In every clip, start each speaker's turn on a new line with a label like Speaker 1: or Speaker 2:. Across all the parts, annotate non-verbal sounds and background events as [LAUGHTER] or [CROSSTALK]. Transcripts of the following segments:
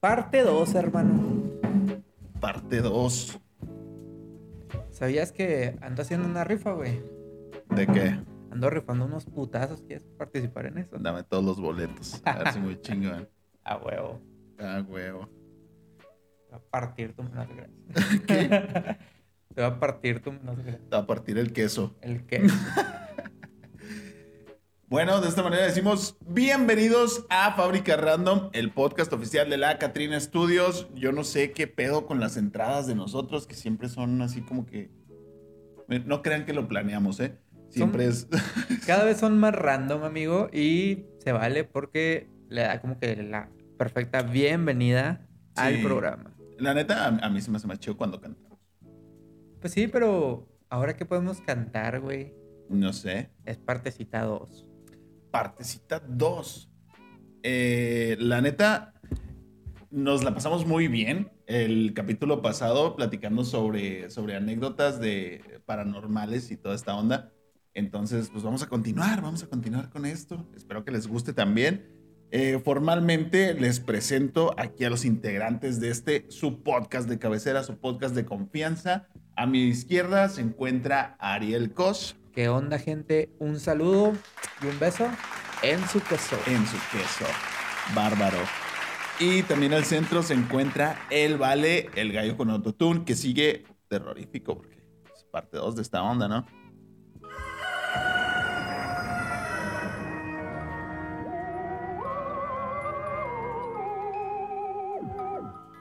Speaker 1: Parte 2, hermano.
Speaker 2: Parte 2.
Speaker 1: ¿Sabías que ando haciendo una rifa, güey?
Speaker 2: ¿De qué?
Speaker 1: Ando rifando unos putazos. ¿Quieres participar en eso?
Speaker 2: Dame todos los boletos. A ver si muy chingón. [LAUGHS]
Speaker 1: A huevo.
Speaker 2: Ah, huevo.
Speaker 1: Te va a partir tu menos gracia. [LAUGHS] ¿Qué? [LAUGHS] Te va a partir tu menos gracia.
Speaker 2: A partir el queso.
Speaker 1: El queso.
Speaker 2: Bueno, de esta manera decimos bienvenidos a Fábrica Random, el podcast oficial de la Catrina Studios. Yo no sé qué pedo con las entradas de nosotros, que siempre son así como que... eh, No crean que lo planeamos, ¿eh? Siempre es... [LAUGHS]
Speaker 1: Cada vez son más random, amigo, y se vale porque le da como que la perfecta bienvenida al
Speaker 2: Sí.
Speaker 1: programa.
Speaker 2: La neta, a, a mí se me hace más chido cuando cantamos.
Speaker 1: Pues sí, pero ahora que podemos cantar, güey,
Speaker 2: No sé.
Speaker 1: es partecita 2.
Speaker 2: Partecita 2. Eh, la neta, nos la pasamos muy bien el capítulo pasado platicando sobre, sobre anécdotas de paranormales y toda esta onda. Entonces, pues vamos a continuar, vamos a continuar con esto. Espero que les guste también. Eh, formalmente les presento aquí a los integrantes de este su podcast de cabecera, su podcast de confianza. A mi izquierda se encuentra Ariel Cos
Speaker 1: ¿Qué onda, gente? Un saludo y un beso en su queso.
Speaker 2: en su queso. Bárbaro. Y también al centro se encuentra El Vale, el gallo con autotune, que sigue terrorífico, porque es parte 2 de esta onda, ¿no?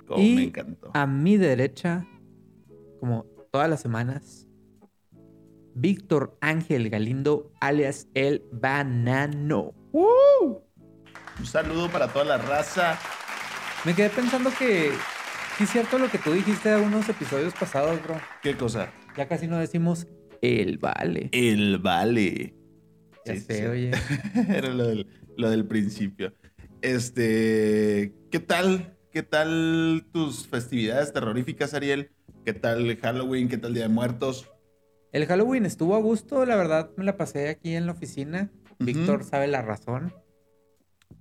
Speaker 2: Como
Speaker 1: Y-
Speaker 2: me encantó.
Speaker 1: A mi derecha, como todas las semanas, Víctor Ángel Galindo, alias el banano.
Speaker 2: Un saludo para toda la raza.
Speaker 1: Me quedé pensando que sí es cierto lo que tú dijiste de unos episodios pasados, bro.
Speaker 2: ¿Qué cosa?
Speaker 1: Ya casi no decimos el vale.
Speaker 2: El Vale.
Speaker 1: Ya
Speaker 2: Sí, sí,
Speaker 1: sé,
Speaker 2: sí.
Speaker 1: oye.
Speaker 2: [LAUGHS] Era lo del, lo del principio. Este, ¿qué tal? ¿Qué tal tus festividades terroríficas, Ariel? ¿Qué tal Halloween? ¿Qué tal Día de Muertos?
Speaker 1: El Halloween estuvo a gusto, la verdad me la pasé aquí en la oficina.
Speaker 2: Ujú.
Speaker 1: Víctor sabe la razón.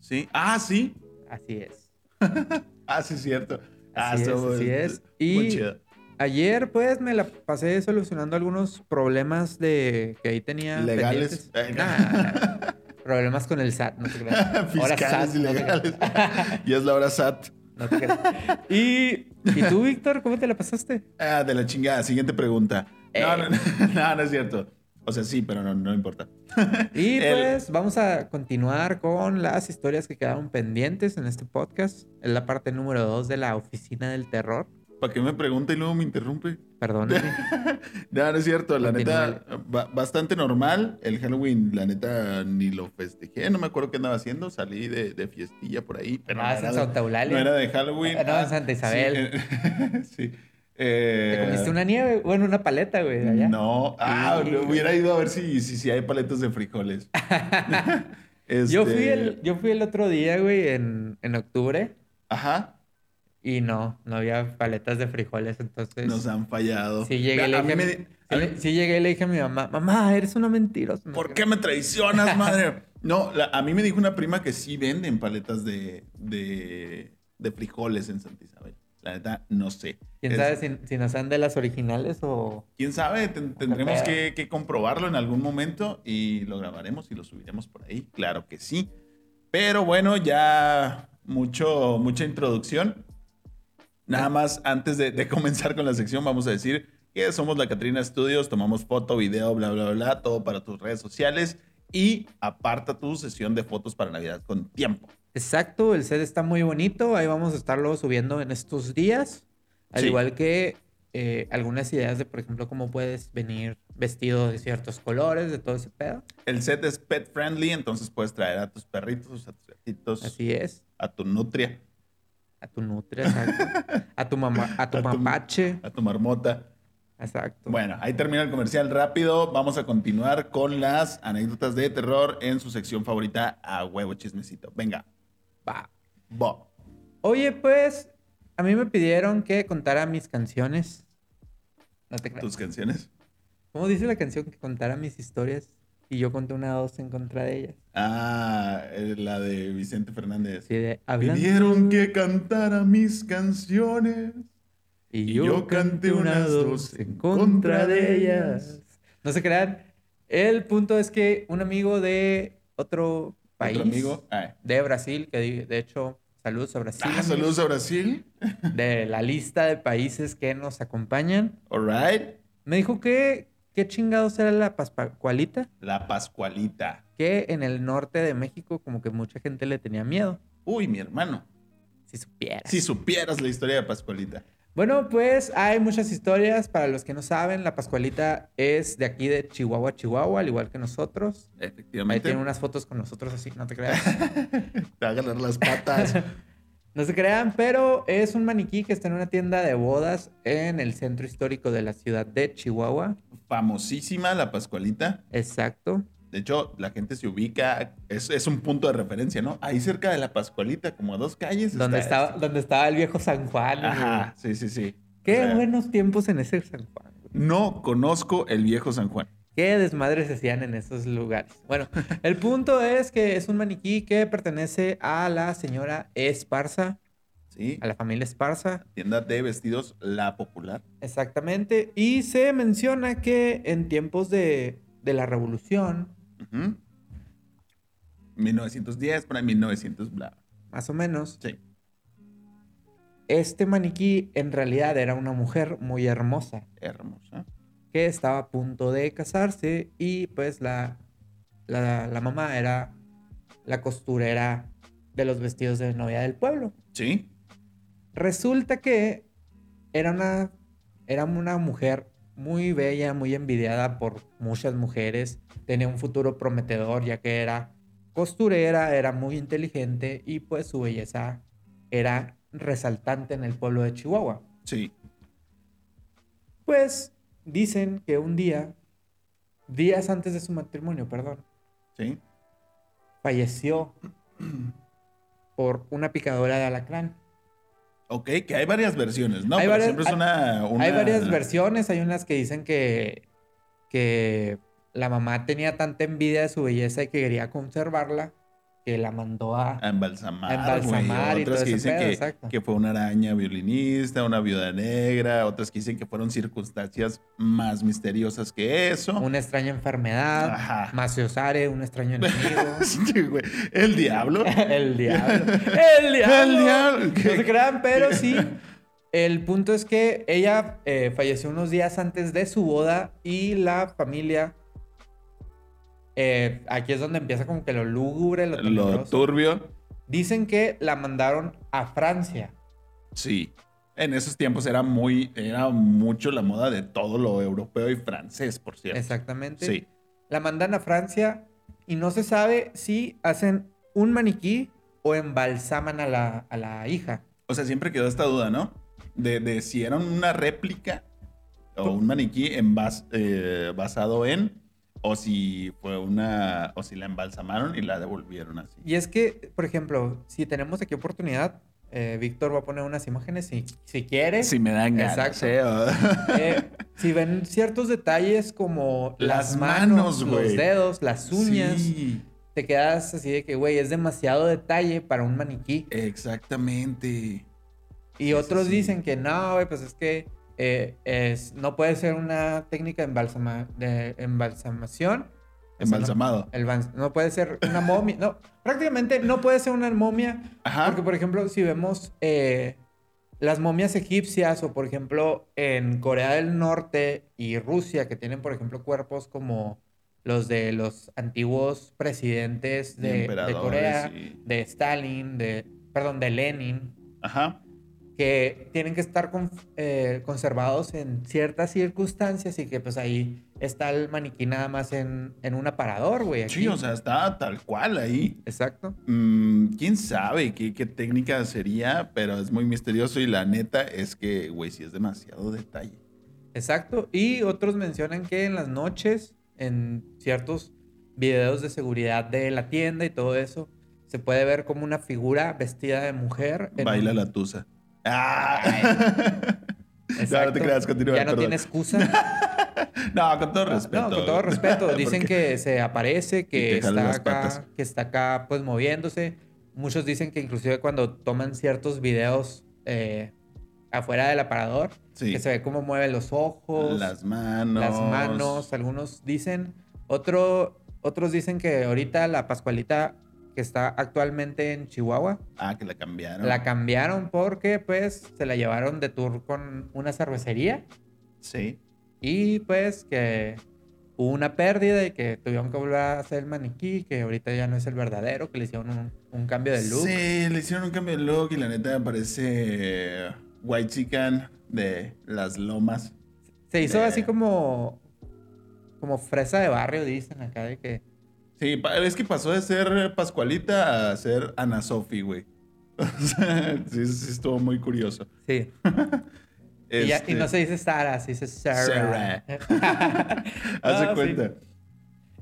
Speaker 2: Sí. Ah, sí.
Speaker 1: Así es.
Speaker 2: Ah, sí, cierto. Ah,
Speaker 1: Así es,
Speaker 2: estuvo-
Speaker 1: así es.
Speaker 2: muy
Speaker 1: Y-
Speaker 2: chido.
Speaker 1: Ayer pues me la pasé solucionando algunos problemas de que ahí tenía.
Speaker 2: Legales.
Speaker 1: pendientes.
Speaker 2: Venga.
Speaker 1: Nah, problemas con el SAT, no te
Speaker 2: [LAUGHS]
Speaker 1: creas. Ahora SAT,
Speaker 2: Fiscales
Speaker 1: no te
Speaker 2: ilegales.
Speaker 1: [LAUGHS] creas.
Speaker 2: ya es la hora SAT.
Speaker 1: No te creas. Y, ¿y tú, Víctor, cómo te la pasaste?
Speaker 2: Ah, de la chingada. Siguiente pregunta. No,
Speaker 1: Ey.
Speaker 2: no, no, [LAUGHS] no, no es cierto. O sea, sí, pero no, no importa.
Speaker 1: Y
Speaker 2: [LAUGHS] El-
Speaker 1: pues vamos a continuar con las historias que quedaron pendientes en este podcast. Es la parte número 2 de la oficina del terror.
Speaker 2: ¿Para qué me pregunta y luego me interrumpe?
Speaker 1: Perdóname.
Speaker 2: [LAUGHS] No, no es cierto, la
Speaker 1: Continúale.
Speaker 2: neta, ba- bastante normal. El Halloween, la neta, ni lo festejé. No me acuerdo qué andaba haciendo. Salí de, de fiestilla por ahí, pero no,
Speaker 1: Andabas
Speaker 2: era
Speaker 1: en
Speaker 2: de,
Speaker 1: Ah, Santa
Speaker 2: no
Speaker 1: Eulalia.
Speaker 2: era de Halloween. Ah,
Speaker 1: Andabas en Santa Isabel.
Speaker 2: Sí. eh, [LAUGHS] sí. Eh,
Speaker 1: Te comiste una nieve, bueno, una paleta, güey, de allá.
Speaker 2: No, ah,
Speaker 1: Sí.
Speaker 2: no, hubiera ido a ver si, si, si hay paletas de frijoles.
Speaker 1: [LAUGHS]
Speaker 2: [LAUGHS]
Speaker 1: Yo,
Speaker 2: Este,
Speaker 1: fui el, yo fui el otro día, güey, en, en octubre.
Speaker 2: Ajá,
Speaker 1: Y no, no había paletas de frijoles, entonces...
Speaker 2: nos han fallado.
Speaker 1: Pues, sí, llegué y
Speaker 2: a
Speaker 1: le dije,
Speaker 2: mí
Speaker 1: a
Speaker 2: me
Speaker 1: mi-
Speaker 2: di- a mí-
Speaker 1: sí, sí llegué y le dije a mi mamá, mamá, eres una mentirosa.
Speaker 2: ¿Por qué me traicionas, madre? [LAUGHS] No, la- a mí me dijo una prima que sí venden paletas de, de, de frijoles en Santa Isabel. La neta, no sé.
Speaker 1: ¿Quién
Speaker 2: Es-
Speaker 1: sabe si, si nos han de las originales o...?
Speaker 2: ¿Quién sabe? Ten- tendremos
Speaker 1: pedo.
Speaker 2: que, que comprobarlo en algún momento y lo grabaremos y lo subiremos por ahí. Claro que sí. Pero bueno, ya mucho, mucha introducción. Nada más antes de, de comenzar con la sección, vamos a decir que somos la Catrina Studios, tomamos foto, video, bla, bla, bla, todo para tus redes sociales y aparta tu sesión de fotos para Navidad con tiempo.
Speaker 1: Exacto, el set está muy bonito. Ahí vamos a estarlo subiendo en estos días. Al
Speaker 2: Sí.
Speaker 1: igual que eh, algunas ideas de, por ejemplo, cómo puedes venir vestido de ciertos colores, de todo ese pedo.
Speaker 2: El set es pet friendly, entonces puedes traer a tus perritos, a tus gatitos,
Speaker 1: Así es.
Speaker 2: a tu nutria,
Speaker 1: A tu nutria,
Speaker 2: [LAUGHS]
Speaker 1: exacto. a tu mamá, a tu
Speaker 2: A tu-
Speaker 1: mapache.
Speaker 2: a tu marmota.
Speaker 1: Exacto.
Speaker 2: Bueno, ahí termina el comercial rápido. Vamos a continuar con las anécdotas de terror en su sección favorita a huevo chismecito. Venga,
Speaker 1: Va.
Speaker 2: bo.
Speaker 1: Oye, pues, a mí me pidieron que contara mis canciones. No te creas.
Speaker 2: Tus canciones.
Speaker 1: ¿Cómo dice la canción que contara mis historias? y yo conté una dos en contra de ellas.
Speaker 2: Ah, eh, la de Vicente Fernández.
Speaker 1: Así de, hablando-
Speaker 2: Pidieron que cantara mis canciones.
Speaker 1: Y
Speaker 2: Y
Speaker 1: yo,
Speaker 2: yo
Speaker 1: canté
Speaker 2: canté
Speaker 1: unas
Speaker 2: unas
Speaker 1: dos
Speaker 2: dos
Speaker 1: en
Speaker 2: en
Speaker 1: contra
Speaker 2: contra
Speaker 1: de
Speaker 2: de
Speaker 1: ellas. No se crean. El punto es que un amigo de otro país,
Speaker 2: Otro amigo. Ah,
Speaker 1: de Brasil, que di- de hecho, saludos a Brasil,
Speaker 2: Ah, saludos a Brasil.
Speaker 1: de la lista de países que nos acompañan,
Speaker 2: All right.
Speaker 1: me dijo que qué chingados era la pascualita,
Speaker 2: La Pascualita.
Speaker 1: que en el norte de México como que mucha gente le tenía miedo,
Speaker 2: Uy, mi hermano.
Speaker 1: si supieras.
Speaker 2: Si supieras la historia de Pascualita.
Speaker 1: Bueno, pues hay muchas historias. Para los que no saben, la Pascualita es de aquí de Chihuahua, Chihuahua, al igual que nosotros. Ahí
Speaker 2: Efectivamente.
Speaker 1: tiene unas fotos con nosotros así, no te creas. [LAUGHS]
Speaker 2: Te va a ganar las patas.
Speaker 1: No se crean, pero es un maniquí que está en una tienda de bodas en el centro histórico de la ciudad de Chihuahua.
Speaker 2: Famosísima la Pascualita.
Speaker 1: Exacto.
Speaker 2: De hecho, la gente se ubica, es, es un punto de referencia, ¿no? Ahí cerca de la Pascualita, como a dos calles.
Speaker 1: Donde
Speaker 2: está
Speaker 1: estaba, donde estaba el viejo San Juan.
Speaker 2: este. Ajá, sí, sí, sí.
Speaker 1: Qué
Speaker 2: O sea,
Speaker 1: buenos tiempos en ese San Juan.
Speaker 2: No conozco el viejo San Juan.
Speaker 1: Qué desmadres se hacían en esos lugares. Bueno, el punto es que es un maniquí que pertenece a la señora Esparza,
Speaker 2: Sí.
Speaker 1: a la familia Esparza.
Speaker 2: Tienda de vestidos La Popular.
Speaker 1: Exactamente. Y se menciona que en tiempos de, de la revolución,
Speaker 2: Ujú. 1910 para 1900, bla.
Speaker 1: más o menos,
Speaker 2: Sí.
Speaker 1: este maniquí en realidad era una mujer muy hermosa
Speaker 2: Hermosa.
Speaker 1: que estaba a punto de casarse y pues la, la, la mamá era la costurera de los vestidos de novia del pueblo.
Speaker 2: Sí.
Speaker 1: Resulta que era una, era una mujer muy bella, muy envidiada por muchas mujeres. Tenía un futuro prometedor ya que era costurera, era muy inteligente y pues su belleza era resaltante en el pueblo de Chihuahua.
Speaker 2: Sí.
Speaker 1: Pues dicen que un día, días antes de su matrimonio, perdón,
Speaker 2: Sí.
Speaker 1: falleció por una picadora de alacrán.
Speaker 2: Ok, que hay varias versiones, ¿no?
Speaker 1: Hay
Speaker 2: Pero
Speaker 1: varias-
Speaker 2: siempre es
Speaker 1: hay-
Speaker 2: una, una-
Speaker 1: Hay varias versiones, hay unas que dicen que, que la mamá tenía tanta envidia de su belleza y que quería conservarla que la mandó a...
Speaker 2: A embalsamar,
Speaker 1: A embalsamar
Speaker 2: güey.
Speaker 1: y
Speaker 2: Otras
Speaker 1: todo ese
Speaker 2: que dicen
Speaker 1: pedo,
Speaker 2: que,
Speaker 1: exacto.
Speaker 2: que fue una araña violinista, una viuda negra. Otras que dicen que fueron circunstancias más misteriosas que eso. [LAUGHS]
Speaker 1: Una extraña enfermedad,
Speaker 2: Ajá.
Speaker 1: Macio Sare, un extraño
Speaker 2: [LAUGHS]
Speaker 1: enemigo,
Speaker 2: Sí, Este, güey. El diablo.
Speaker 1: [LAUGHS] el
Speaker 2: [LAUGHS]
Speaker 1: diablo, el diablo,
Speaker 2: El diablo.
Speaker 1: no se crean,
Speaker 2: [LAUGHS]
Speaker 1: pero sí, el punto es que ella eh, falleció unos días antes de su boda y la familia, eh, aquí es donde empieza como que lo lúgubre, lo,
Speaker 2: Lo
Speaker 1: tenebroso.
Speaker 2: turbio.
Speaker 1: Dicen que la mandaron a Francia.
Speaker 2: Sí. En esos tiempos era muy, era mucho la moda de todo lo europeo y francés, por cierto.
Speaker 1: Exactamente.
Speaker 2: Sí.
Speaker 1: La mandan a Francia y no se sabe si hacen un maniquí o embalsaman a la, a la hija.
Speaker 2: O sea, siempre quedó esta duda, ¿no? De, de si era una réplica o un maniquí en bas- eh, basado en, o si fue una, o si la embalsamaron y la devolvieron así.
Speaker 1: Y es que, por ejemplo, si tenemos aquí oportunidad, eh, Víctor va a poner unas imágenes si, si quiere.
Speaker 2: Si me dan ganas.
Speaker 1: Exacto.
Speaker 2: ¿eh? O-
Speaker 1: Eh, si ven ciertos detalles como las,
Speaker 2: Las
Speaker 1: manos,
Speaker 2: manos,
Speaker 1: los
Speaker 2: güey.
Speaker 1: dedos, las uñas,
Speaker 2: [LAUGHS] Sí,
Speaker 1: te quedas así de que, güey, es demasiado detalle para un maniquí.
Speaker 2: exactamente.
Speaker 1: Y otros
Speaker 2: sí.
Speaker 1: dicen que no, güey, pues es que eh, es, no puede ser una técnica de, embalsama- de embalsamación. O sea, no-
Speaker 2: Embalsamado.
Speaker 1: el ban- no puede ser una momia. No, prácticamente no puede ser una momia.
Speaker 2: Ajá.
Speaker 1: Porque, por ejemplo, si vemos eh, las momias egipcias o, por ejemplo, en Corea del Norte y Rusia, que tienen, por ejemplo, cuerpos como los de los antiguos presidentes
Speaker 2: De
Speaker 1: de, de
Speaker 2: emperadores,
Speaker 1: Corea,
Speaker 2: sí.
Speaker 1: de Stalin, de, perdón, de Lenin,
Speaker 2: Ajá.
Speaker 1: que tienen que estar con- eh, conservados en ciertas circunstancias y que pues ahí está el maniquí nada más en, en un aparador, güey. aquí.
Speaker 2: Sí, o sea, está tal cual ahí.
Speaker 1: Exacto.
Speaker 2: Mm, ¿Quién sabe qué, qué técnica sería? Pero es muy misterioso y la neta es que, güey, sí es demasiado detalle.
Speaker 1: Exacto. Y otros mencionan que en las noches, en ciertos videos de seguridad de la tienda y todo eso, se puede ver como una
Speaker 2: [LAUGHS]
Speaker 1: figura vestida de mujer. en un-
Speaker 2: Baila la tusa. Ah. No, no te creas, continúa.
Speaker 1: Ya no
Speaker 2: perdón.
Speaker 1: tiene excusa.
Speaker 2: [LAUGHS] No, con todo respeto.
Speaker 1: No, con todo
Speaker 2: [LAUGHS]
Speaker 1: respeto. Dicen
Speaker 2: Porque-
Speaker 1: que se aparece,
Speaker 2: Y
Speaker 1: que
Speaker 2: te jala
Speaker 1: está
Speaker 2: las patas.
Speaker 1: acá, que está acá pues moviéndose. Muchos dicen que inclusive cuando toman ciertos videos eh, afuera del aparador,
Speaker 2: Sí.
Speaker 1: que se ve cómo mueve los ojos,
Speaker 2: Las manos.
Speaker 1: las manos, algunos dicen, otro, otros dicen que ahorita la Pascualita que está actualmente en Chihuahua,
Speaker 2: Ah, que la cambiaron.
Speaker 1: la cambiaron porque pues se la llevaron de tour con una cervecería
Speaker 2: Sí.
Speaker 1: y pues que hubo una pérdida y que tuvieron que volver a hacer el maniquí, que ahorita ya no es el verdadero, que le hicieron un, un cambio de look.
Speaker 2: Sí, le hicieron un cambio de look y la neta parece eh, White Chicken de las lomas.
Speaker 1: Se hizo
Speaker 2: De-
Speaker 1: así como, como fresa de barrio, dicen acá, de que...
Speaker 2: Sí, pa- es que pasó de ser Pascualita a ser Ana Sofi, güey. [LAUGHS] O sea, sí, sí estuvo muy curioso.
Speaker 1: Sí. Y, ya- y
Speaker 2: Este,
Speaker 1: no se dice Sara, se dice Sarah.
Speaker 2: [LAUGHS] Haz de
Speaker 1: Ah, sí.
Speaker 2: cuenta.
Speaker 1: [LAUGHS]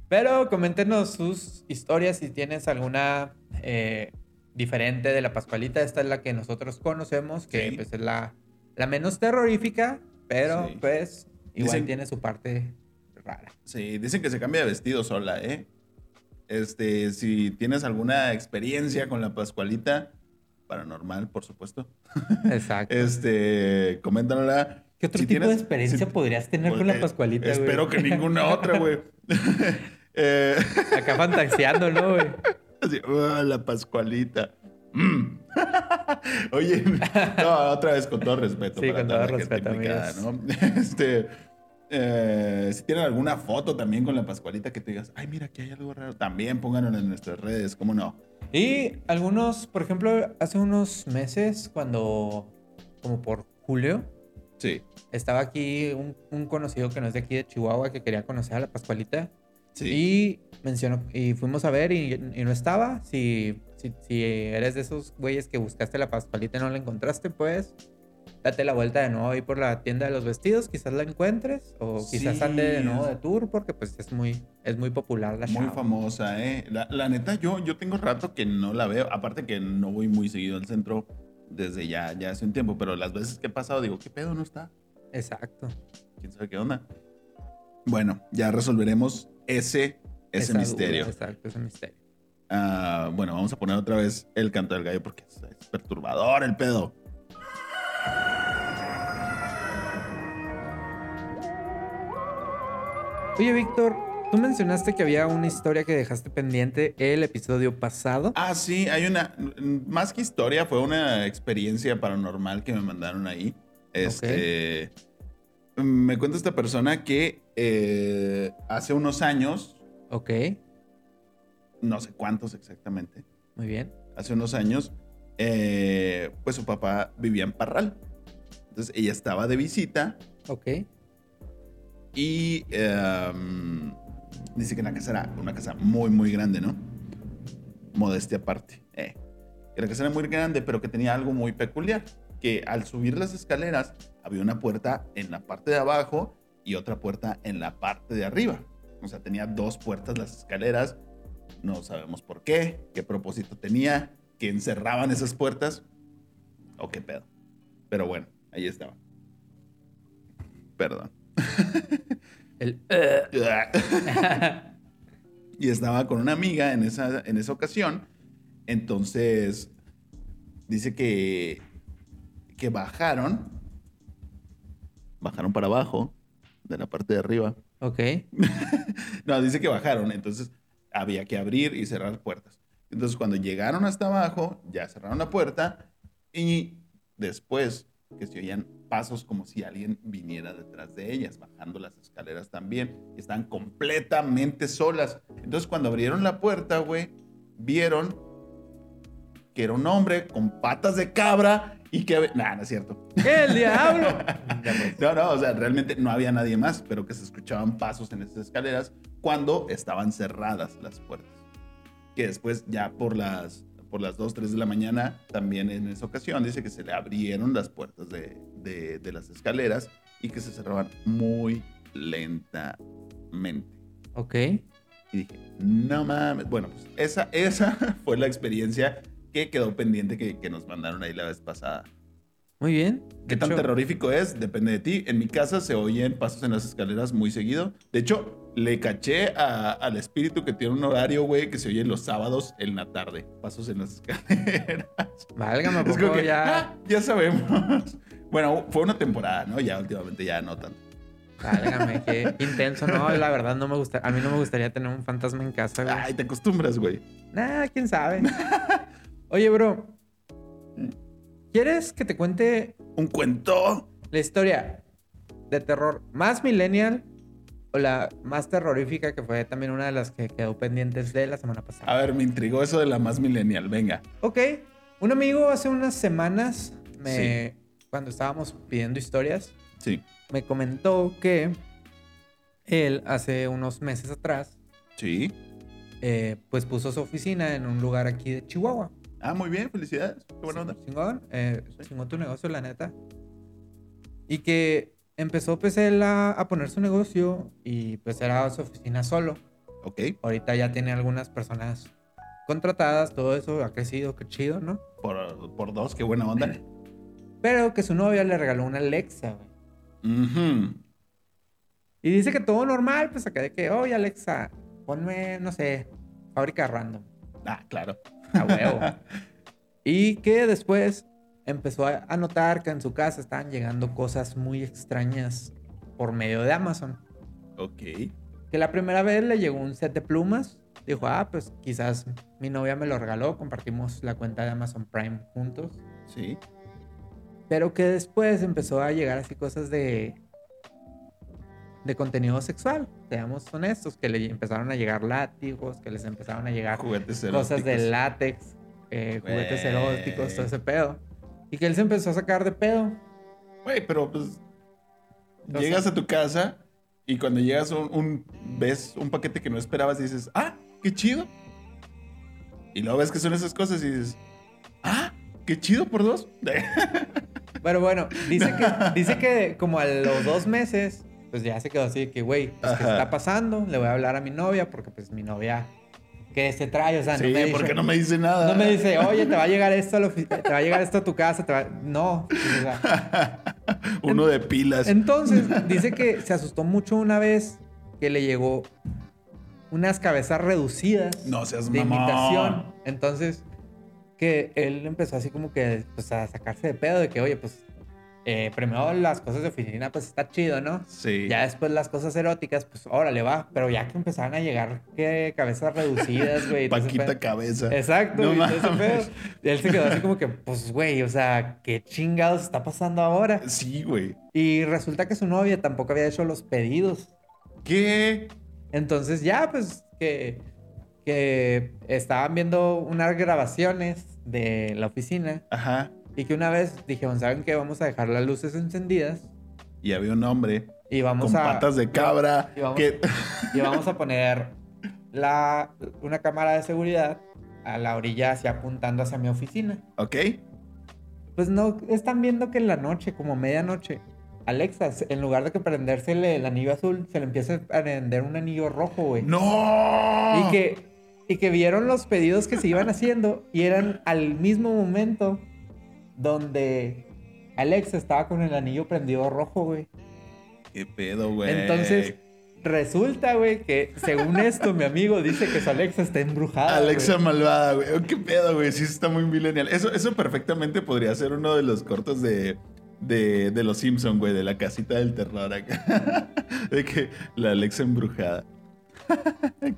Speaker 1: Pero coméntenos sus historias si tienes alguna eh, diferente de la Pascualita. Esta es la que nosotros conocemos, que
Speaker 2: Sí.
Speaker 1: pues, es la, la menos terrorífica, pero
Speaker 2: Sí.
Speaker 1: pues igual
Speaker 2: Dicen-
Speaker 1: tiene su parte rara.
Speaker 2: Sí, dicen que se cambia de vestido sola, ¿eh? Este, si tienes alguna experiencia con la Pascualita, paranormal, por supuesto,
Speaker 1: Exacto.
Speaker 2: este, coméntanosla.
Speaker 1: ¿Qué otro
Speaker 2: Si
Speaker 1: tipo de
Speaker 2: tienes-
Speaker 1: experiencia
Speaker 2: si-
Speaker 1: podrías tener con la
Speaker 2: Eh,
Speaker 1: Pascualita, güey?
Speaker 2: Espero que ninguna otra, güey. Eh,
Speaker 1: [LAUGHS] Acá fantaseando, ¿no, güey?
Speaker 2: así, "Ah, la Pascualita. Mm. [LAUGHS] Oye, no, otra vez con todo respeto.
Speaker 1: Sí, con
Speaker 2: toda
Speaker 1: todo
Speaker 2: la gente
Speaker 1: respeto,
Speaker 2: implicada,
Speaker 1: amigos.
Speaker 2: ¿no? [LAUGHS] Este, eh, si tienen alguna foto también con la Pascualita que te digas, ay, mira, aquí hay algo raro, también pónganlo en nuestras redes, ¿cómo no?
Speaker 1: Y algunos, por ejemplo, hace unos meses, cuando, como por julio,
Speaker 2: Sí,
Speaker 1: estaba aquí un, un conocido que no es de aquí de Chihuahua que quería conocer a la Pascualita.
Speaker 2: sí.
Speaker 1: Y mencionó, y fuimos a ver y, y no estaba. Si, si, si eres de esos güeyes que buscaste la Pascualita y no la encontraste, pues date la vuelta de nuevo ahí por la tienda de los vestidos. Quizás la encuentres o quizás
Speaker 2: Sí.
Speaker 1: ande de nuevo de tour porque pues es muy, es muy popular la
Speaker 2: Muy
Speaker 1: chava.
Speaker 2: famosa, ¿eh? La, la neta, yo, yo tengo rato que no la veo. Aparte que no voy muy seguido al centro desde ya, ya hace un tiempo. Pero las veces que he pasado digo, ¿qué pedo no está?
Speaker 1: Exacto.
Speaker 2: ¿Quién sabe qué onda? Bueno, ya resolveremos ese, ese
Speaker 1: Esa duda,
Speaker 2: misterio.
Speaker 1: exacto, ese misterio.
Speaker 2: Ah, bueno, vamos a poner otra vez el canto del gallo porque es, es perturbador el pedo.
Speaker 1: Oye, Víctor, tú mencionaste que había una historia que dejaste pendiente el episodio pasado.
Speaker 2: Ah, sí, hay una. mm, Más que historia, fue una experiencia paranormal que me mandaron ahí. Este. Me cuenta esta persona que eh, hace unos años,
Speaker 1: Ok,
Speaker 2: no sé cuántos exactamente,
Speaker 1: muy bien.
Speaker 2: hace unos años, eh, pues su papá vivía en Parral. Entonces ella estaba de visita
Speaker 1: Ok,
Speaker 2: y em, dice que la casa era una casa muy, muy grande, ¿no? Modestia aparte. eh. Que la casa era muy grande, pero que tenía algo muy peculiar, que al subir las escaleras había una puerta en la parte de abajo y otra puerta en la parte de arriba. O sea, tenía dos puertas las escaleras. No sabemos por qué, qué propósito tenía, que encerraban esas puertas o qué pedo. Pero bueno, ahí estaba. Perdón.
Speaker 1: el... [LAUGHS]
Speaker 2: y estaba con una amiga en esa, en esa ocasión. Entonces, dice que, que bajaron, bajaron para abajo, de la parte de arriba.
Speaker 1: ok,
Speaker 2: [LAUGHS] No, dice que bajaron, entonces había que abrir y cerrar puertas. Entonces, cuando llegaron hasta abajo, ya cerraron la puerta y después que se oían pasos como si alguien viniera detrás de ellas, bajando las escaleras también, y estaban completamente solas. Entonces, cuando abrieron la puerta, güey, vieron que era un hombre con patas de cabra y que... Nah, no es cierto.
Speaker 1: ¡El diablo! Ya, pues.
Speaker 2: No, no, o sea, realmente no había nadie más, pero que se escuchaban pasos en esas escaleras cuando estaban cerradas las puertas. Que después, ya por las, por las 2, 3 de la mañana, también en esa ocasión, dice que se le abrieron las puertas de, de- de las escaleras y que se cerraban muy lentamente.
Speaker 1: Ok,
Speaker 2: Y dije, no mames. Bueno, pues esa, [LAUGHS] esa fue la experiencia que quedó pendiente que, que nos mandaron ahí la vez pasada.
Speaker 1: Muy bien.
Speaker 2: ¿Qué
Speaker 1: De
Speaker 2: tan
Speaker 1: hecho,
Speaker 2: terrorífico es? Depende de ti. En mi casa se oyen pasos en las escaleras muy seguido. De hecho, le caché a- al espíritu que tiene un horario, güey, que se oye los sábados en la tarde. Pasos en las [LAUGHS] escaleras.
Speaker 1: Válgame,
Speaker 2: Es
Speaker 1: poco
Speaker 2: como que,
Speaker 1: ya.
Speaker 2: [LAUGHS] "Ah, ya sabemos. [LAUGHS] Bueno, fue una temporada, ¿no? Ya últimamente ya no tanto.
Speaker 1: Válgame, qué intenso. No, la verdad no me gusta. A mí no me gustaría tener un fantasma en casa, güey.
Speaker 2: [LAUGHS] Ay, te acostumbras, güey.
Speaker 1: Nah, quién
Speaker 2: [LAUGHS]
Speaker 1: sabe. Oye, bro. ¿Quieres que te cuente
Speaker 2: Un cuento.
Speaker 1: la historia de terror más millennial o la más terrorífica que fue también una de las que quedó pendientes de la semana pasada?
Speaker 2: A ver, me intrigó eso de la más millennial. Venga.
Speaker 1: Ok, un amigo hace unas semanas, me, cuando estábamos pidiendo historias,
Speaker 2: Sí,
Speaker 1: me comentó que él hace unos meses atrás,
Speaker 2: sí.
Speaker 1: eh, pues puso su oficina en un lugar aquí de Chihuahua.
Speaker 2: Ah, muy bien, felicidades. Qué buena onda.
Speaker 1: Sí, Chingón, eh,
Speaker 2: Sí.
Speaker 1: chingón tu negocio, la neta. Y que empezó pues él a, a poner su negocio y pues era su oficina solo.
Speaker 2: Ok,
Speaker 1: Ahorita ya tiene algunas personas contratadas, todo eso ha crecido, qué chido, ¿no?
Speaker 2: por, por dos, qué buena onda.
Speaker 1: Pero que su novia le regaló una Alexa, güey.
Speaker 2: Ujú.
Speaker 1: Y dice que todo normal, pues acá de que, oye Alexa, ponme, no sé, fábrica random,
Speaker 2: Ah, claro.
Speaker 1: a huevo. y que después empezó a a notar que en su casa estaban llegando cosas muy extrañas por medio de Amazon.
Speaker 2: Ok.
Speaker 1: Que la primera vez le llegó un set de plumas. Dijo, ah, pues quizás mi novia me lo regaló, compartimos la cuenta de Amazon Prime juntos.
Speaker 2: Sí.
Speaker 1: Pero que después empezó a llegar así cosas de de contenido sexual, seamos honestos, que le empezaron a llegar látigos, que les empezaron a llegar
Speaker 2: Juguetes
Speaker 1: Ah, cosas de
Speaker 2: eróticos.
Speaker 1: látex, eh, juguetes
Speaker 2: Güey.
Speaker 1: eróticos, todo ese pedo. Y que él se empezó a sacar de pedo.
Speaker 2: Güey, pero pues.
Speaker 1: sea-
Speaker 2: llegas a tu casa y cuando llegas un, un- ves un paquete que no esperabas y dices, ah, qué chido. Y luego ves que son esas cosas y dices, ah, qué chido por dos. [LAUGHS]
Speaker 1: Pero bueno, dice que, dice que como a los dos meses, pues ya se quedó así de que, güey, pues, ¿qué
Speaker 2: Ajá.
Speaker 1: está pasando? Le voy a hablar a mi novia porque pues mi novia, que se trae? O sea,
Speaker 2: sí,
Speaker 1: no me
Speaker 2: porque
Speaker 1: dice,
Speaker 2: no me dice nada. [LAUGHS]
Speaker 1: no me dice, oye, te va a llegar esto a, la ofi- te va a, llegar esto a tu casa, te va... No. pues, o sea,
Speaker 2: Uno de pilas.
Speaker 1: Entonces, dice que se asustó mucho una vez que le llegó unas cabezas reducidas
Speaker 2: No seas
Speaker 1: de
Speaker 2: mamón.
Speaker 1: imitación. Entonces, que él empezó así como que pues, a sacarse de pedo de que, oye, pues, eh, primero las cosas de oficina, pues está chido, ¿no?
Speaker 2: Sí.
Speaker 1: Ya después las cosas eróticas, pues órale, va. Pero ya que empezaban a llegar que cabezas reducidas, güey. y todo ese
Speaker 2: Paquita
Speaker 1: pedo.
Speaker 2: cabeza.
Speaker 1: Exacto,
Speaker 2: No
Speaker 1: güey, todo ese
Speaker 2: mames.
Speaker 1: pedo. Y él se quedó así como que, pues, güey, o sea, ¿qué chingados está pasando ahora?
Speaker 2: Sí, güey.
Speaker 1: Y resulta que su novia tampoco había hecho los pedidos.
Speaker 2: ¿Qué?
Speaker 1: Entonces ya, pues que, que estaban viendo unas grabaciones de la oficina
Speaker 2: Ajá.
Speaker 1: y que una vez dijeron, ¿saben qué? Vamos a dejar las luces encendidas
Speaker 2: Y había un hombre
Speaker 1: y vamos,
Speaker 2: con
Speaker 1: a,
Speaker 2: patas de cabra.
Speaker 1: y vamos-
Speaker 2: que- [LAUGHS]
Speaker 1: y vamos a poner la, una cámara de seguridad a la orilla hacia apuntando hacia mi oficina.
Speaker 2: ¿Ok?
Speaker 1: Pues no, están viendo que en la noche, como medianoche, Alexa, en lugar de que prenderse el anillo azul, se le empieza a prender un anillo rojo, güey.
Speaker 2: ¡No!
Speaker 1: Y que, y que vieron los pedidos que se iban haciendo y eran al mismo momento donde Alexa estaba con el anillo prendido rojo, güey.
Speaker 2: ¿Qué pedo, güey?
Speaker 1: Entonces, resulta, güey, que según esto, mi amigo dice que su Alexa está embrujada. ah, güey.
Speaker 2: Alexa malvada, güey. Oh, ¿Qué pedo, güey? Sí, está muy millennial. Eso, eso perfectamente podría ser uno de los cortos de, de, de los Simpson, güey, de la casita del terror acá. [LAUGHS] de que la Alexa embrujada. [LAUGHS]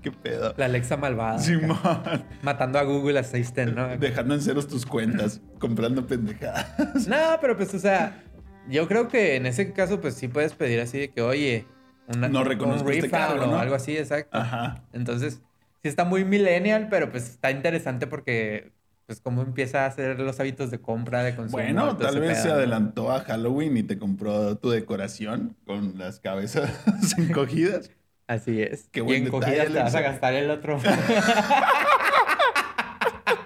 Speaker 2: ¿Qué pedo?
Speaker 1: La Alexa malvada.
Speaker 2: Simón,
Speaker 1: acá, Matando a Google Assistant, ¿no?
Speaker 2: dejando en ceros tus cuentas, comprando pendejadas.
Speaker 1: No, pero pues, o sea, yo creo que en ese caso, pues sí puedes pedir así de que, oye, una,
Speaker 2: No reconozco
Speaker 1: un
Speaker 2: este
Speaker 1: refund
Speaker 2: cargo, ¿no?
Speaker 1: o algo así, exacto.
Speaker 2: Ajá.
Speaker 1: Entonces, sí está muy millennial, pero pues está interesante porque pues cómo empieza a hacer los hábitos de compra, de consumo.
Speaker 2: Bueno,
Speaker 1: todo
Speaker 2: tal
Speaker 1: ese
Speaker 2: vez
Speaker 1: pedo,
Speaker 2: se
Speaker 1: ¿no?
Speaker 2: adelantó a Halloween y te compró tu decoración con las cabezas [LAUGHS] encogidas. [LAUGHS]
Speaker 1: Así es.
Speaker 2: Qué
Speaker 1: y
Speaker 2: buen
Speaker 1: en
Speaker 2: detalle,
Speaker 1: cogidas te vas a
Speaker 2: Alexa.
Speaker 1: gastar el
Speaker 2: [LAUGHS]
Speaker 1: otro.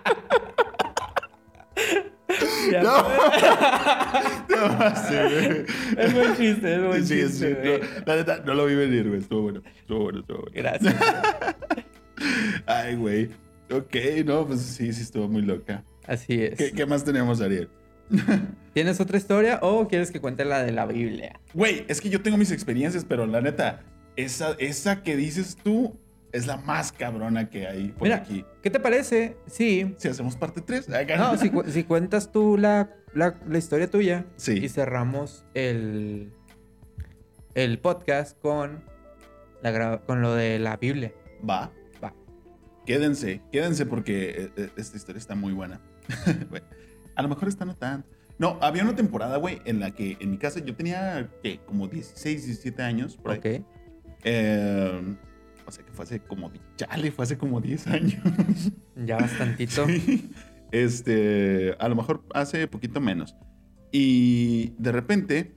Speaker 1: [LAUGHS] Ya
Speaker 2: No.
Speaker 1: fue.
Speaker 2: No, sí, güey.
Speaker 1: [LAUGHS] Es buen chiste, es buen
Speaker 2: Sí,
Speaker 1: chiste.
Speaker 2: sí,
Speaker 1: güey.
Speaker 2: no, la neta, no lo vi venir, güey. Estuvo bueno. Estuvo bueno, estuvo bueno.
Speaker 1: Gracias.
Speaker 2: Ay, güey. Ok, no, pues sí, sí, estuvo muy loca. [LAUGHS]
Speaker 1: Así es.
Speaker 2: ¿Qué, qué más tenemos, Ariel?
Speaker 1: ¿Tienes otra historia o quieres que cuente la de la Biblia?
Speaker 2: Güey, es que yo tengo mis experiencias, pero la neta, esa, esa que dices tú es la más cabrona que hay por
Speaker 1: Mira.
Speaker 2: aquí.
Speaker 1: ¿Qué te parece? Sí.
Speaker 2: Si hacemos parte 3,
Speaker 1: No, si, cu- si cuentas tú la, la- la historia tuya
Speaker 2: Sí.
Speaker 1: y cerramos el, el podcast con, la, gra- con lo de la Biblia.
Speaker 2: Va.
Speaker 1: Va.
Speaker 2: Quédense, quédense porque eh, eh, esta historia está muy buena. [LAUGHS] Güey, A lo mejor está no tanto. No, había una temporada, güey, en la que en mi casa yo tenía, ¿qué? Como 16, 17 años. Por ahí.
Speaker 1: Ok.
Speaker 2: Eh, o sea que fue hace como, chale, fue hace como 10 años.
Speaker 1: Ya bastantito.
Speaker 2: Sí. Este, a lo mejor hace poquito menos. Y de repente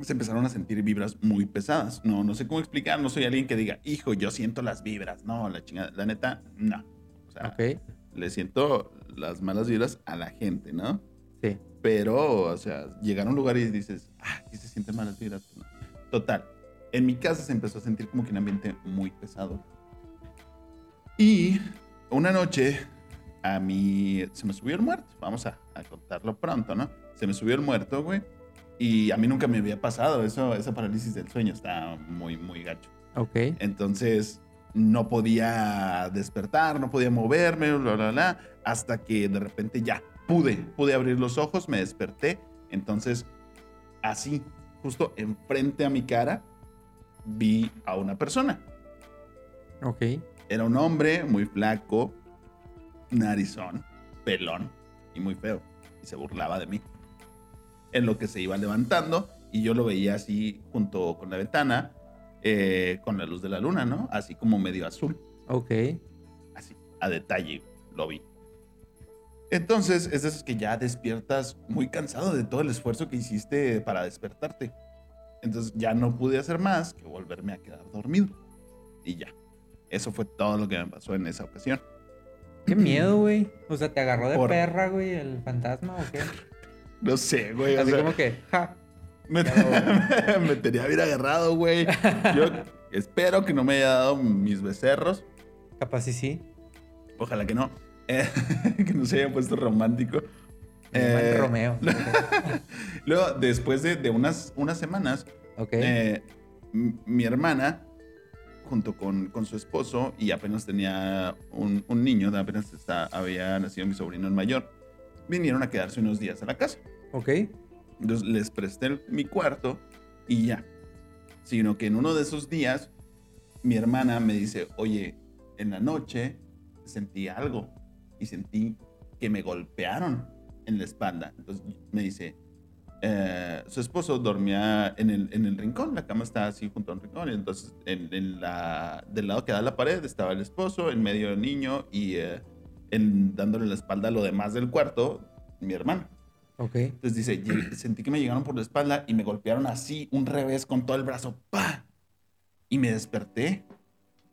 Speaker 2: se empezaron a sentir vibras muy pesadas. No, no sé cómo explicar. No soy alguien que diga, hijo, yo siento las vibras. No, la chingada. La neta, no. O sea,
Speaker 1: Ok.
Speaker 2: le siento las malas vibras a la gente, ¿no?
Speaker 1: Sí.
Speaker 2: Pero, o sea, llegar a un lugar y dices, ah, aquí se sienten malas vibras. Total. En mi casa se empezó a sentir como que un ambiente muy pesado. Y una noche, a mí se me subió el muerto. Vamos a, a contarlo pronto, ¿no? Se me subió el muerto, güey. Y a mí nunca me había pasado. Eso, esa parálisis del sueño está muy, muy gacho.
Speaker 1: Ok.
Speaker 2: Entonces no podía despertar, no podía moverme, bla, bla, bla, hasta que de repente ya pude, pude abrir los ojos, me desperté. Entonces, así, justo enfrente a mi cara, vi a una persona.
Speaker 1: Ok.
Speaker 2: Era un hombre muy flaco, narizón, pelón y muy feo. Y se burlaba de mí. En lo que se iba levantando y yo lo veía así junto con la ventana, eh, con la luz de la luna, ¿no? Así como medio azul,
Speaker 1: Ok.
Speaker 2: así, a detalle lo vi. Entonces es de esos que ya despiertas muy cansado de todo el esfuerzo que hiciste para despertarte. Entonces ya no pude hacer más que volverme a quedar dormido. Y ya. Eso fue todo lo que me pasó en esa ocasión.
Speaker 1: Qué miedo, güey. O sea, te agarró de
Speaker 2: Por-
Speaker 1: perra, güey, el fantasma o qué?
Speaker 2: No sé, güey. o
Speaker 1: Así
Speaker 2: sea,
Speaker 1: como que, ja.
Speaker 2: [LAUGHS] me,
Speaker 1: Ya
Speaker 2: [LAUGHS] me tenía bien agarrado, güey. Yo espero que no me haya dado mis becerros.
Speaker 1: Capaz y sí.
Speaker 2: Ojalá que no. Eh, [LAUGHS] que no se haya puesto romántico.
Speaker 1: Mi
Speaker 2: Eh,
Speaker 1: mal Romeo.
Speaker 2: Luego, después de, de unas, unas semanas,
Speaker 1: Ok.
Speaker 2: eh, m- mi hermana, junto con, con su esposo, y apenas tenía un, un niño, apenas está- había nacido mi sobrino el mayor, vinieron a quedarse unos días a la casa.
Speaker 1: ok.
Speaker 2: Entonces les presté el- mi cuarto y ya. Sino que en uno de esos días, mi hermana me dice, oye, en la noche sentí algo y sentí que me golpearon en la espalda. Entonces me dice, eh, su esposo dormía en el, en el rincón, la cama estaba así junto a un rincón. y entonces en, en la, del lado que da la pared estaba el esposo, en medio el niño y eh, en- dándole la espalda a lo demás del cuarto, mi hermano.
Speaker 1: Ok.
Speaker 2: Entonces dice, "Lle- sentí que me llegaron por la espalda y me golpearon así, un revés con todo el brazo, ¡pa! Y me desperté.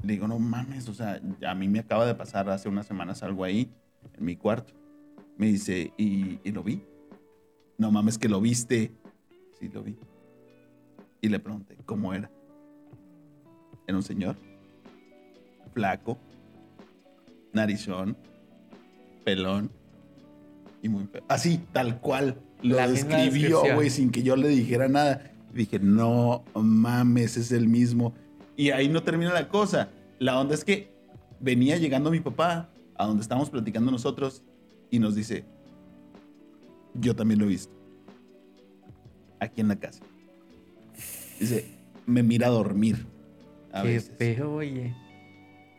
Speaker 2: Le digo, no mames, o sea, a mí me acaba de pasar hace unas semanas algo ahí, en mi cuarto. Me dice, ¿y, y lo vi? No mames, que lo viste. Sí, lo vi. Y le pregunté, ¿cómo era? Era un señor, flaco, narizón, pelón y muy feo. Así, tal cual. Lo
Speaker 1: La misma
Speaker 2: describió,
Speaker 1: descripción.
Speaker 2: güey, sin que yo le dijera nada. Dije, no mames, es el mismo. Y ahí no termina la cosa. La onda es que venía llegando mi papá a donde estábamos platicando nosotros y nos dice, yo también lo he visto. Aquí en la casa. Dice, me mira a dormir. A
Speaker 1: Qué
Speaker 2: veces.
Speaker 1: feo, oye.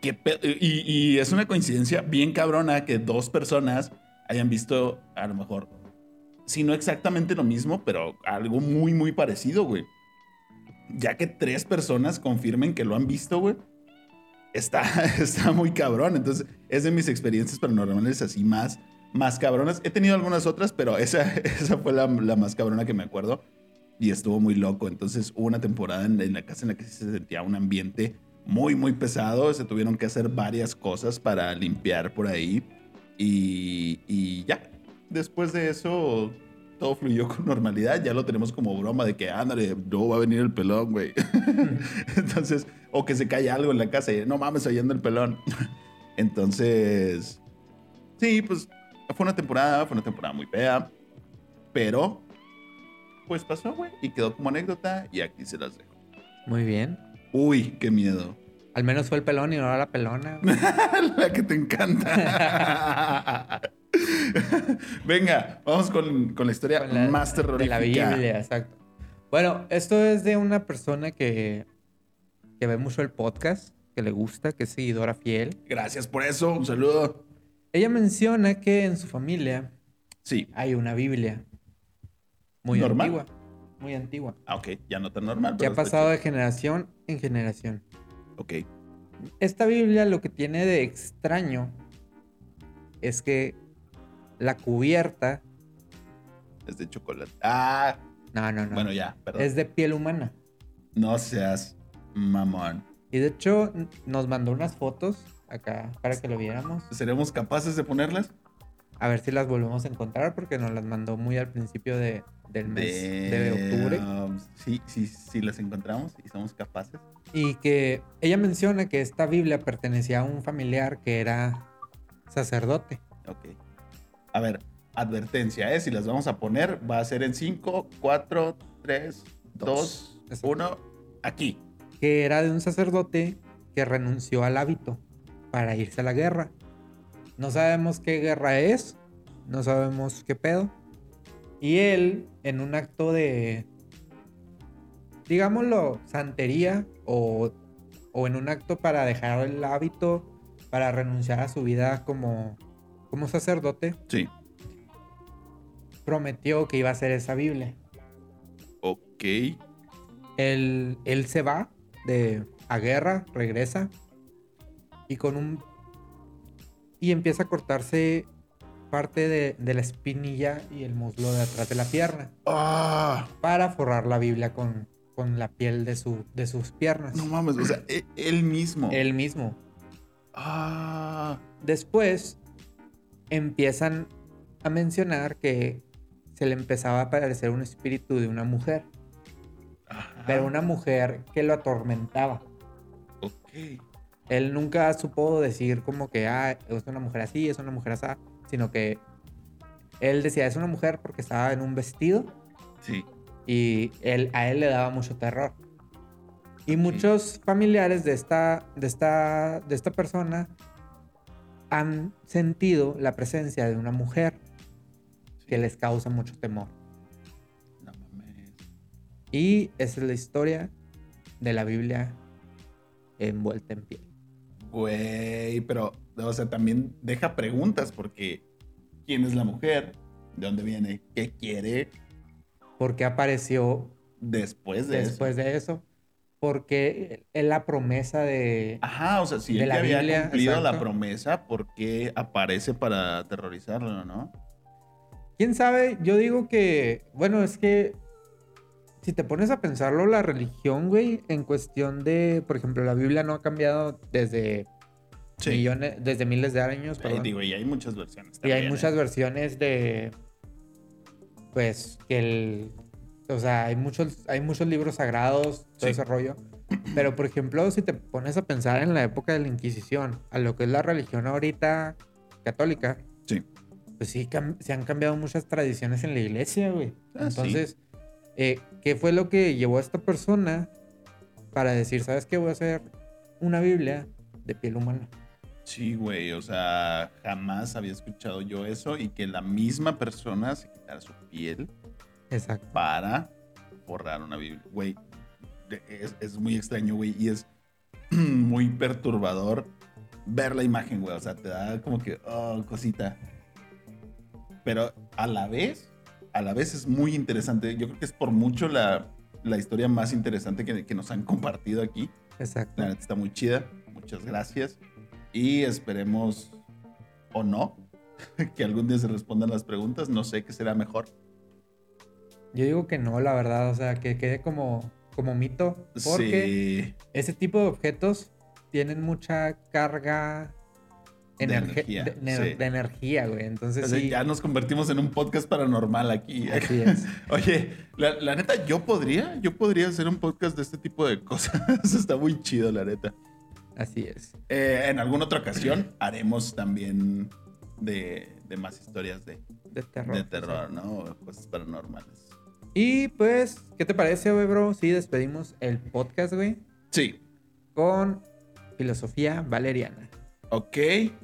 Speaker 2: Qué pe- y, y es una coincidencia bien cabrona que dos personas hayan visto, a lo mejor, si no exactamente lo mismo, pero algo muy, muy parecido, güey. Ya que tres personas confirmen que lo han visto, güey, está, [LAUGHS] está muy cabrón. Entonces, es de mis experiencias paranormales así más, más cabronas. He tenido algunas otras, pero esa, [LAUGHS] esa fue la, la más cabrona que me acuerdo. Y estuvo muy loco. Entonces, hubo una temporada en, en la casa en la que se sentía un ambiente muy, muy pesado. Se tuvieron que hacer varias cosas para limpiar por ahí. Y, y ya. Después de eso, todo fluyó con normalidad. Ya lo tenemos como broma de que, ándale, no va a venir el pelón, güey. [LAUGHS] Entonces, o que se cae algo en la casa y, no mames, ahí anda el pelón. [LAUGHS] Entonces, sí, pues fue una temporada, fue una temporada muy fea. pero pues pasó, güey, y quedó como anécdota y aquí se las dejo.
Speaker 1: Muy bien.
Speaker 2: Uy, qué miedo. [LAUGHS]
Speaker 1: Al menos fue el pelón y no la pelona.
Speaker 2: La que te encanta. [LAUGHS] Venga, vamos con, con la historia
Speaker 1: Con la-
Speaker 2: más
Speaker 1: De la
Speaker 2: terrorífica.
Speaker 1: Biblia, exacto. Bueno, esto es de una persona que, que ve mucho el podcast, que le gusta, que es seguidora fiel.
Speaker 2: Gracias por eso, un saludo.
Speaker 1: Ella menciona que en su familia
Speaker 2: Sí,
Speaker 1: hay una Biblia. Muy
Speaker 2: Normal.
Speaker 1: antigua. Muy antigua.
Speaker 2: ah, ok, ya no tan
Speaker 1: Que
Speaker 2: normal. pero
Speaker 1: ha
Speaker 2: está
Speaker 1: pasado de generación en generación.
Speaker 2: chido. Ok,
Speaker 1: Esta Biblia lo que tiene de extraño es que la cubierta...
Speaker 2: es de chocolate. Ah,
Speaker 1: No, no, no.
Speaker 2: bueno, ya, perdón.
Speaker 1: es de piel humana.
Speaker 2: No seas mamón.
Speaker 1: Y de hecho n- nos mandó unas fotos acá para que lo viéramos.
Speaker 2: ¿Seremos capaces de ponerlas?
Speaker 1: A ver si las volvemos a encontrar porque nos las mandó muy al principio de, del mes de... octubre.
Speaker 2: Eh, um, sí, sí, sí, las encontramos y somos capaces.
Speaker 1: Y que ella menciona que esta Biblia pertenecía a un familiar que era sacerdote.
Speaker 2: Ok. A ver, advertencia, ¿eh? Si las vamos a poner, va a ser en 5, 4, 3, 2,
Speaker 1: Exacto.
Speaker 2: 1, aquí.
Speaker 1: Que era de un sacerdote que renunció al hábito para irse a la guerra. No sabemos qué guerra es, no sabemos qué pedo. Y él, en un acto de, digámoslo, santería o, o en un acto para dejar el hábito, para renunciar a su vida como, como sacerdote,
Speaker 2: Sí.
Speaker 1: prometió que iba a hacer esa Biblia.
Speaker 2: Ok.
Speaker 1: Él, él se va de a guerra, regresa y con un y empieza a cortarse parte de, de la espinilla y el muslo de atrás de la pierna
Speaker 2: Ah,
Speaker 1: para forrar la Biblia con, con la piel de, su, de sus piernas.
Speaker 2: no mames, o sea, e- él mismo.
Speaker 1: Él mismo.
Speaker 2: Ah,
Speaker 1: Después empiezan a mencionar que se le empezaba a aparecer un espíritu de una mujer,
Speaker 2: ajá.
Speaker 1: pero una mujer que lo atormentaba.
Speaker 2: Ok.
Speaker 1: Él nunca supo decir como que, ah, es una mujer así, es una mujer así, sino que él decía, es una mujer porque estaba en un vestido
Speaker 2: Sí.
Speaker 1: y él, a él le daba mucho terror. Y
Speaker 2: Ok.
Speaker 1: muchos familiares de esta, de, esta, de esta persona han sentido la presencia de una mujer
Speaker 2: sí.
Speaker 1: que les causa mucho temor.
Speaker 2: No mames.
Speaker 1: Y esa es la historia de la Biblia envuelta en piel.
Speaker 2: Güey, pero, o sea, también deja preguntas porque ¿quién es la mujer? ¿De dónde viene? ¿Qué quiere
Speaker 1: Porque apareció
Speaker 2: después de eso?
Speaker 1: después de eso. Porque e-, es la promesa de...
Speaker 2: Ajá, o sea, si
Speaker 1: de
Speaker 2: él
Speaker 1: la
Speaker 2: ya había
Speaker 1: Biblia,
Speaker 2: cumplido la
Speaker 1: exacto.
Speaker 2: promesa, ¿por qué aparece para aterrorizarlo, no?
Speaker 1: ¿Quién sabe? Yo digo que... Bueno, es que... Si te pones a pensarlo, la religión, güey, en cuestión de... Por ejemplo, la Biblia no ha cambiado desde millones... Desde miles de años,
Speaker 2: Eh,
Speaker 1: perdón.
Speaker 2: digo, y hay muchas versiones.
Speaker 1: y hay
Speaker 2: también,
Speaker 1: muchas
Speaker 2: ¿eh?
Speaker 1: versiones de... Pues que el... O sea, hay muchos, hay muchos libros sagrados, todo
Speaker 2: Sí.
Speaker 1: ese rollo. Pero, por ejemplo, si te pones a pensar en la época de la Inquisición, a lo que es la religión ahorita católica,
Speaker 2: Sí.
Speaker 1: pues sí, cam- se han cambiado muchas tradiciones en la iglesia, güey.
Speaker 2: Ah, sí.
Speaker 1: Entonces, eh, ¿qué fue lo que llevó a esta persona para decir, sabes qué, voy a hacer una Biblia de piel humana?
Speaker 2: Sí, güey, o sea, jamás había escuchado yo eso y que la misma persona se quitara su piel
Speaker 1: Exacto.
Speaker 2: para borrar una Biblia. Güey, de- es, es muy extraño, güey, y es [CLEARS THROAT] muy perturbador ver la imagen, güey. O sea, te da como que, oh, cosita. Pero a la vez, a la vez es muy interesante. Yo creo que es por mucho la, la historia más interesante que, que nos han compartido aquí.
Speaker 1: Exacto.
Speaker 2: La neta está muy chida. Muchas gracias. Y esperemos, o no, [LAUGHS] que algún día se respondan las preguntas. No sé qué será mejor.
Speaker 1: Yo digo que no, la verdad, o sea, que quede como, como mito, porque
Speaker 2: Sí.
Speaker 1: ese tipo de objetos tienen mucha carga
Speaker 2: De
Speaker 1: energe-
Speaker 2: energía,
Speaker 1: de, de-
Speaker 2: sí.
Speaker 1: de energía, güey. Entonces,
Speaker 2: O sea,
Speaker 1: sí, Ah,
Speaker 2: ya nos convertimos en un podcast paranormal aquí.
Speaker 1: así es.
Speaker 2: [LAUGHS] Oye, la, la neta, yo podría, yo podría hacer un podcast de este tipo de cosas. [LAUGHS] Está muy chido, la neta.
Speaker 1: Así es.
Speaker 2: Eh, en alguna otra ocasión haremos también de, de más historias de,
Speaker 1: de terror. pues,
Speaker 2: de terror, ¿no? Cosas paranormales.
Speaker 1: Y pues, ¿qué te parece, güey, bro? Si despedimos el podcast, güey,
Speaker 2: Sí,
Speaker 1: con filosofía valeriana.
Speaker 2: ok.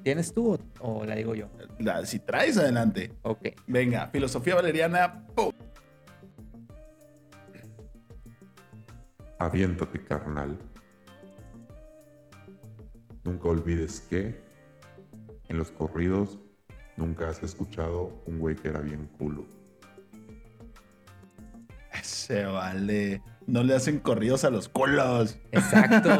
Speaker 1: ¿Tienes tú o, o la digo yo?
Speaker 2: La- si traes adelante.
Speaker 1: Ok.
Speaker 2: Venga, filosofía valeriana. [LAUGHS] ¡pum!
Speaker 3: Aviéntate, carnal. Nunca olvides que en los corridos nunca has escuchado un güey que era bien culo.
Speaker 2: Se vale. No le hacen corridos a los colos.
Speaker 1: Exacto.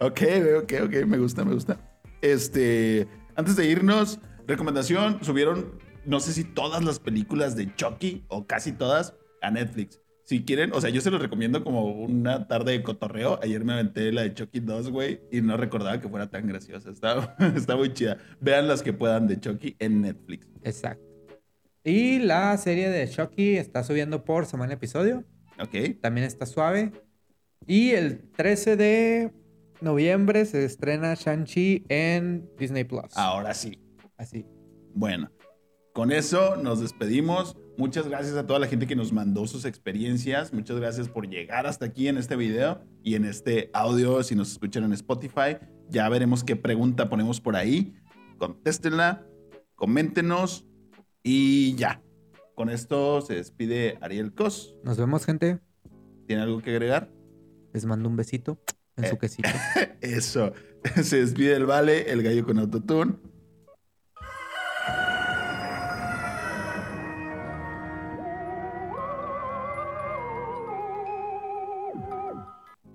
Speaker 2: [LAUGHS] ok, ok, ok, me gusta, me gusta. Este, antes de irnos, recomendación, subieron, no sé si todas las películas de Chucky o casi todas a Netflix. Si quieren, o sea, yo se los recomiendo como una tarde de cotorreo. Ayer me aventé la de Chucky 2, güey, y no recordaba que fuera tan graciosa. Está, [LAUGHS] está muy chida. Vean las que puedan de Chucky en Netflix.
Speaker 1: Exacto. Y la serie de Chucky está subiendo por semana episodio.
Speaker 2: Ok,
Speaker 1: También está suave. Y el 13 de noviembre se estrena Shang-Chi en Disney Plus.
Speaker 2: ahora sí.
Speaker 1: Así.
Speaker 2: Bueno, con eso nos despedimos. Muchas gracias a toda la gente que nos mandó sus experiencias. Muchas gracias por llegar hasta aquí en este video y en este audio. Si nos escuchan en Spotify, ya veremos qué pregunta ponemos por ahí. Contéstenla, coméntenos y ya. Con esto se despide Ariel Cos.
Speaker 1: Nos vemos, gente.
Speaker 2: ¿Tiene algo que agregar?
Speaker 1: Les mando un besito en su quesito.
Speaker 2: Eso. [LAUGHS] Se despide el Vale, el gallo con autotune.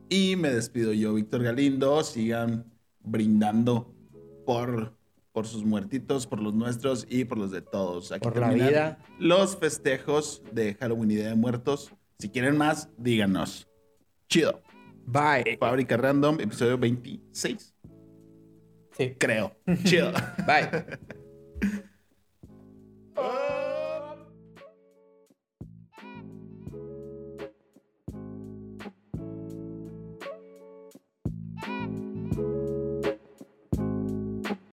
Speaker 2: Y me despido yo, Víctor Galindo. Sigan brindando por, por sus muertitos, por los nuestros y por los de todos. Aquí
Speaker 1: Por la
Speaker 2: terminan
Speaker 1: vida.
Speaker 2: Los festejos de Halloween y Día de Muertos. Si quieren más, díganos. Chido.
Speaker 1: Bye.
Speaker 2: Fábrica Random, episodio 26,
Speaker 1: Sí.
Speaker 2: creo. Chido.
Speaker 1: Bye.